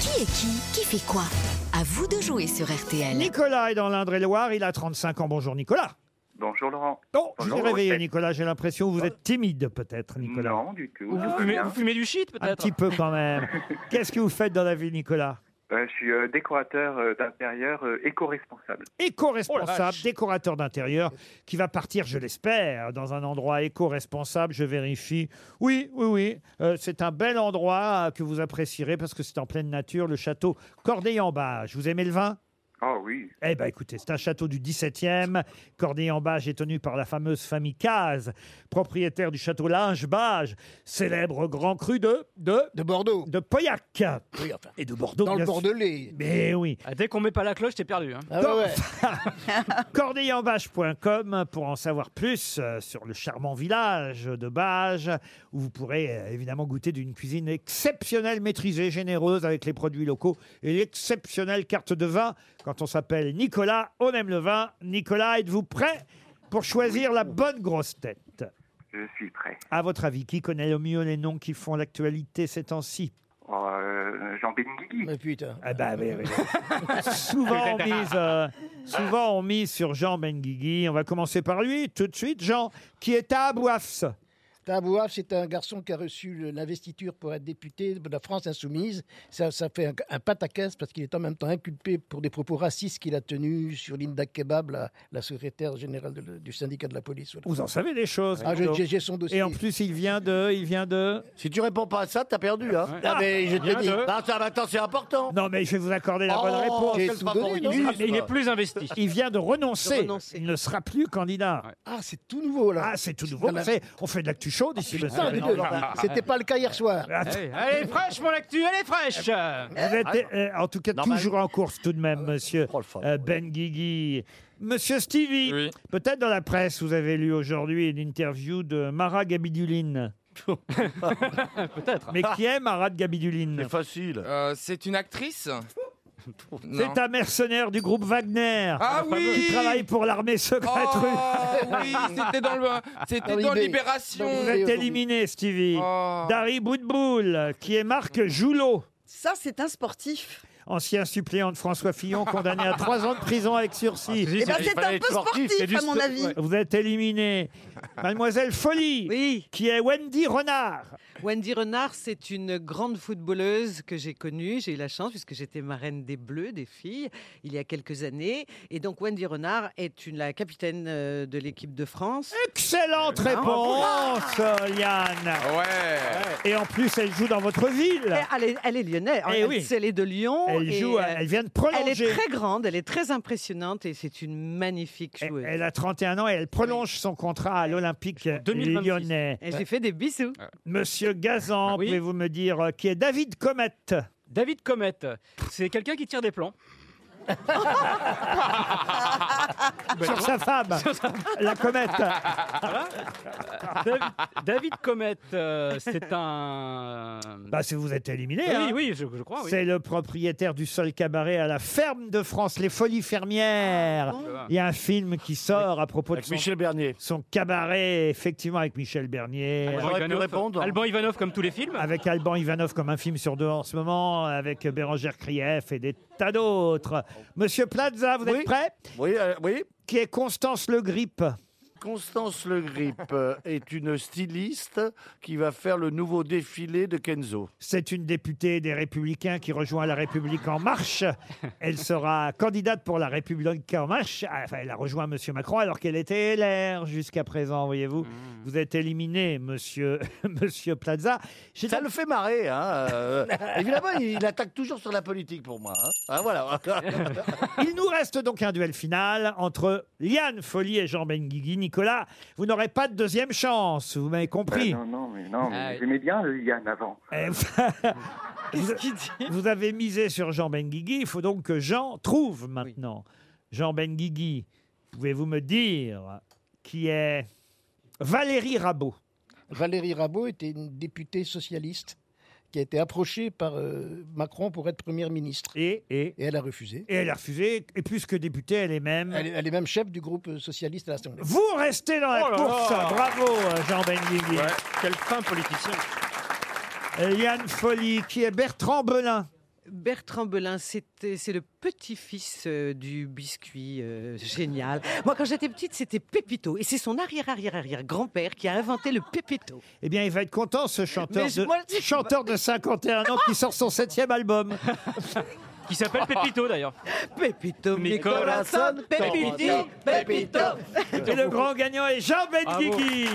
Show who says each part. Speaker 1: Qui est qui Qui fait quoi À vous de jouer sur RTL.
Speaker 2: Nicolas est dans l'Indre-et-Loire, il a 35 ans. Bonjour Nicolas.
Speaker 3: Bonjour Laurent.
Speaker 2: Non, je vous
Speaker 3: Bonjour,
Speaker 2: ai réveillé
Speaker 3: Rochette.
Speaker 2: Nicolas, j'ai l'impression que vous êtes timide peut-être Nicolas.
Speaker 3: Non, du tout.
Speaker 4: Vous
Speaker 3: tout va
Speaker 4: fumez,
Speaker 3: bien.
Speaker 4: vous fumez du shit
Speaker 2: Ah, Un
Speaker 4: peut-être
Speaker 2: petit peu quand même. Qu'est-ce que vous faites dans la vie Nicolas
Speaker 3: Euh, je suis euh, décorateur euh, d'intérieur euh, éco-responsable.
Speaker 4: Oh la
Speaker 2: Éco-responsable,
Speaker 4: vache.
Speaker 2: décorateur d'intérieur, qui va partir, je l'espère, dans un endroit éco-responsable, je vérifie. Oui, oui, oui, euh, c'est un bel endroit euh, que vous apprécierez parce que c'est en pleine nature, le château Corday-en-Bage. Vous aimez le vin
Speaker 3: Oh oui.
Speaker 2: Eh ben écoutez, c'est un château du 17e. Corday-en-Bage est tenu par la fameuse famille Caz, propriétaire du château Linge-Bage, célèbre grand cru de, de,
Speaker 5: De Bordeaux.
Speaker 2: de Pauillac.
Speaker 5: Oui, enfin,
Speaker 2: Et de Bordeaux,
Speaker 5: dans le
Speaker 2: bien sûr.
Speaker 5: Bordelais.
Speaker 2: Mais oui.
Speaker 4: Ah, Dès qu'on met pas la cloche, t'es perdu. hein.
Speaker 5: Ah,
Speaker 2: Dans-
Speaker 5: ouais, ouais.
Speaker 2: Cordeillenbage.com pour en savoir plus euh, sur le charmant village de Bages, où vous pourrez euh, évidemment goûter d'une cuisine exceptionnelle, maîtrisée, généreuse avec les produits locaux et l'exceptionnelle carte de vin. Quand on s'appelle Nicolas, on aime le vin. Nicolas, êtes-vous prêt pour choisir la bonne grosse tête
Speaker 3: Je suis prêt.
Speaker 2: À votre avis, qui connaît le mieux les noms qui font l'actualité ces temps-ci
Speaker 3: Oh, euh, Jean Benguigui.
Speaker 5: Mais putain.
Speaker 2: Ah bah oui, oui. souvent, on mise, euh, souvent on mise sur Jean Benguigui. On va commencer par lui tout de suite. Jean, qui est à Abouafs.
Speaker 5: Tabouaf, c'est un garçon qui a reçu le- l'investiture pour être député de la France insoumise. Ça, ça fait un, un pataquès parce qu'il est en même temps inculpé pour des propos racistes qu'il a tenus sur Linda Kebab, la, la secrétaire générale de le- du syndicat de la police. voilà.
Speaker 2: Vous en savez des choses.
Speaker 5: Ah,
Speaker 2: plutôt.
Speaker 5: je- j'ai j'ai son dossier.
Speaker 2: Et en plus, il vient de, il vient de.
Speaker 6: Si tu réponds pas à ça, t'as perdu, hein
Speaker 4: Ouais.
Speaker 6: Ah, mais je
Speaker 4: Bien
Speaker 6: te dis.
Speaker 4: deux.
Speaker 6: Ah, ça, maintenant, c'est important.
Speaker 2: Non, mais je vais vous accorder la bonne
Speaker 6: Oh,
Speaker 2: réponse.
Speaker 6: quel
Speaker 5: J'ai tout donné,
Speaker 6: favori,
Speaker 4: Ah,
Speaker 6: non
Speaker 4: mais il est plus investi.
Speaker 2: Il vient de renoncer.
Speaker 6: De renoncer.
Speaker 2: Il ne sera plus candidat.
Speaker 4: Ouais.
Speaker 5: Ah, c'est tout nouveau là.
Speaker 2: Ah, c'est tout nouveau.
Speaker 5: Voilà.
Speaker 2: C'est- On fait de l'actu chaude ici, monsieur.
Speaker 5: Putain, dis donc, C'était pas le cas hier soir.
Speaker 2: Attends,
Speaker 4: Allez, elle est fraîche, mon actu, elle est fraîche.
Speaker 2: vous
Speaker 5: Ah,
Speaker 2: êtes, euh, en tout cas,
Speaker 6: Normal.
Speaker 2: toujours en course tout de même, monsieur
Speaker 6: Oh, le favori.
Speaker 2: euh, Ben Guigui. Monsieur Stevie, peut-être dans la presse, vous avez lu aujourd'hui une interview de Mara Gabiduline.
Speaker 4: Peut-être.
Speaker 2: Mais qui est Marat Gabiduline
Speaker 6: C'est facile.
Speaker 7: Euh, c'est une actrice Non.
Speaker 2: C'est un mercenaire du groupe Wagner
Speaker 7: Ah oui
Speaker 2: qui travaille pour Ah l'armée secrète
Speaker 7: Oh
Speaker 2: russe.
Speaker 7: oui, c'était dans, le, c'était
Speaker 5: oui,
Speaker 7: dans
Speaker 5: mais-
Speaker 7: Libération.
Speaker 5: Dans
Speaker 2: Vous
Speaker 5: oui,
Speaker 2: êtes
Speaker 5: aujourd'hui.
Speaker 2: éliminé, Stevie.
Speaker 7: Oh.
Speaker 2: Dari Boudboul, qui est Marc Joulot,
Speaker 8: Ça, c'est un sportif.
Speaker 2: ancien suppléant de François Fillon, condamné à trois ans de prison avec
Speaker 7: Ah,
Speaker 2: sursis.
Speaker 8: Eh ben, c'est un peu sportif, à mon avis.
Speaker 2: Vous êtes éliminé. Mademoiselle Folie,
Speaker 9: Oui,
Speaker 2: qui est Wendy Renard.
Speaker 9: Wendy Renard, c'est une grande footballeuse que j'ai connue. J'ai eu la chance puisque j'étais marraine des Bleus, des filles, il y a quelques années. Et donc Wendy Renard est une, la capitaine euh, de l'équipe de France.
Speaker 2: Excellente
Speaker 9: Eh ben,
Speaker 2: réponse,
Speaker 7: Ah.
Speaker 2: Yann.
Speaker 7: Ouais.
Speaker 2: Et en plus, elle joue dans votre ville.
Speaker 9: Elle, elle est, elle est lyonnaise,
Speaker 2: Eh
Speaker 9: elle,
Speaker 2: oui.
Speaker 9: elle est de Lyon.
Speaker 2: Elle
Speaker 9: et,
Speaker 2: joue,
Speaker 9: euh,
Speaker 2: elle vient de
Speaker 9: elle
Speaker 2: prolonger.
Speaker 9: est très grande, elle est très impressionnante et c'est une magnifique
Speaker 2: Elle-
Speaker 9: joueuse.
Speaker 2: Elle a 31 ans et elle prolonge son contrat à l'Olympique
Speaker 4: 2026.
Speaker 2: lyonnais.
Speaker 9: Et j'ai fait des bisous.
Speaker 2: Monsieur Gazan,
Speaker 4: Oui. Ah
Speaker 2: pouvez-vous me dire euh, qui est David Comette
Speaker 4: David Comet, c'est quelqu'un qui tire des plans.
Speaker 2: sur sa femme La comète.
Speaker 4: David, David Comet, euh, c'est un.
Speaker 2: Bah, si vous êtes éliminé. hein.
Speaker 4: oui, oui, je, je crois. Oui.
Speaker 2: C'est le propriétaire du seul cabaret à la ferme de France, Les Folies Fermières. Il y a un film qui sort à propos de
Speaker 6: Avec
Speaker 2: son,
Speaker 6: Michel Bernier.
Speaker 2: son cabaret, effectivement, avec Michel Bernier.
Speaker 4: Alban
Speaker 6: J'aurais pu
Speaker 4: Ivanov.
Speaker 6: répondre.
Speaker 4: Alban Ivanov, comme tous les films.
Speaker 2: avec Alban Ivanov comme un film sur deux en ce moment, avec Bérangère Krief et des tas d'autres. Monsieur Plaza, vous
Speaker 6: Oui.
Speaker 2: êtes prêt
Speaker 6: Oui, euh, oui.
Speaker 2: Qui est Constance Le Grip
Speaker 6: Constance Le Grip euh, est une styliste qui va faire le nouveau défilé de Kenzo.
Speaker 2: C'est une députée des Républicains qui rejoint La République En Marche. Elle sera candidate pour La République En Marche. Ah, Enfin, elle a rejoint Monsieur Macron alors qu'elle était LR jusqu'à présent, voyez-vous.
Speaker 6: Hmm.
Speaker 2: Vous êtes éliminé, Monsieur, monsieur Plaza. J'ai
Speaker 6: Ça le fait marrer, hein. euh, évidemment, il, il attaque toujours sur la politique pour moi. hein. Ah, voilà.
Speaker 2: Il nous reste donc un duel final entre Liane Folly et Jean Benguigui. Nicolas, vous n'aurez pas de deuxième chance, vous m'avez compris.
Speaker 3: Euh, non, non, mais non, mais
Speaker 4: Ah oui.
Speaker 3: j'aimais bien le Yann avant.
Speaker 2: Eh, vous, vous avez misé sur Jean Benguigui, il faut donc que Jean trouve maintenant. Jean Benguigui, pouvez-vous me dire qui est Valérie Rabault
Speaker 5: Valérie Rabault était une députée socialiste qui a été approchée par euh, Macron pour être première ministre.
Speaker 2: et, et,
Speaker 5: Et elle a refusé.
Speaker 2: et elle a refusé, et plus que députée, elle est même.
Speaker 5: Elle est, elle est même chef du groupe euh, socialiste à l'Assemblée.
Speaker 2: Vous restez dans la
Speaker 4: Oh là
Speaker 2: course,
Speaker 4: là.
Speaker 2: bravo euh, Jean Benguigui.
Speaker 4: Ouais, Quel fin politicien.
Speaker 2: Liane Folly, qui est Bertrand Belin
Speaker 9: Bertrand Belin, c'était- c'est le petit-fils euh, du biscuit euh, génial. Moi, quand j'étais petite, c'était Pépito. Et c'est son arrière-arrière-arrière-grand-père qui a inventé le Pépito.
Speaker 2: Eh bien, il va être content, ce chanteur,
Speaker 9: Mais je-
Speaker 2: de,
Speaker 9: moi, je-
Speaker 2: chanteur de 51 ans qui sort son septième album.
Speaker 4: Qui s'appelle Pépito d'ailleurs.
Speaker 9: Pépito, mi
Speaker 4: Mi
Speaker 9: corazón,
Speaker 4: corazón,
Speaker 9: Pépito, Pépito.
Speaker 2: Et le grand gagnant est Jean Benguigui.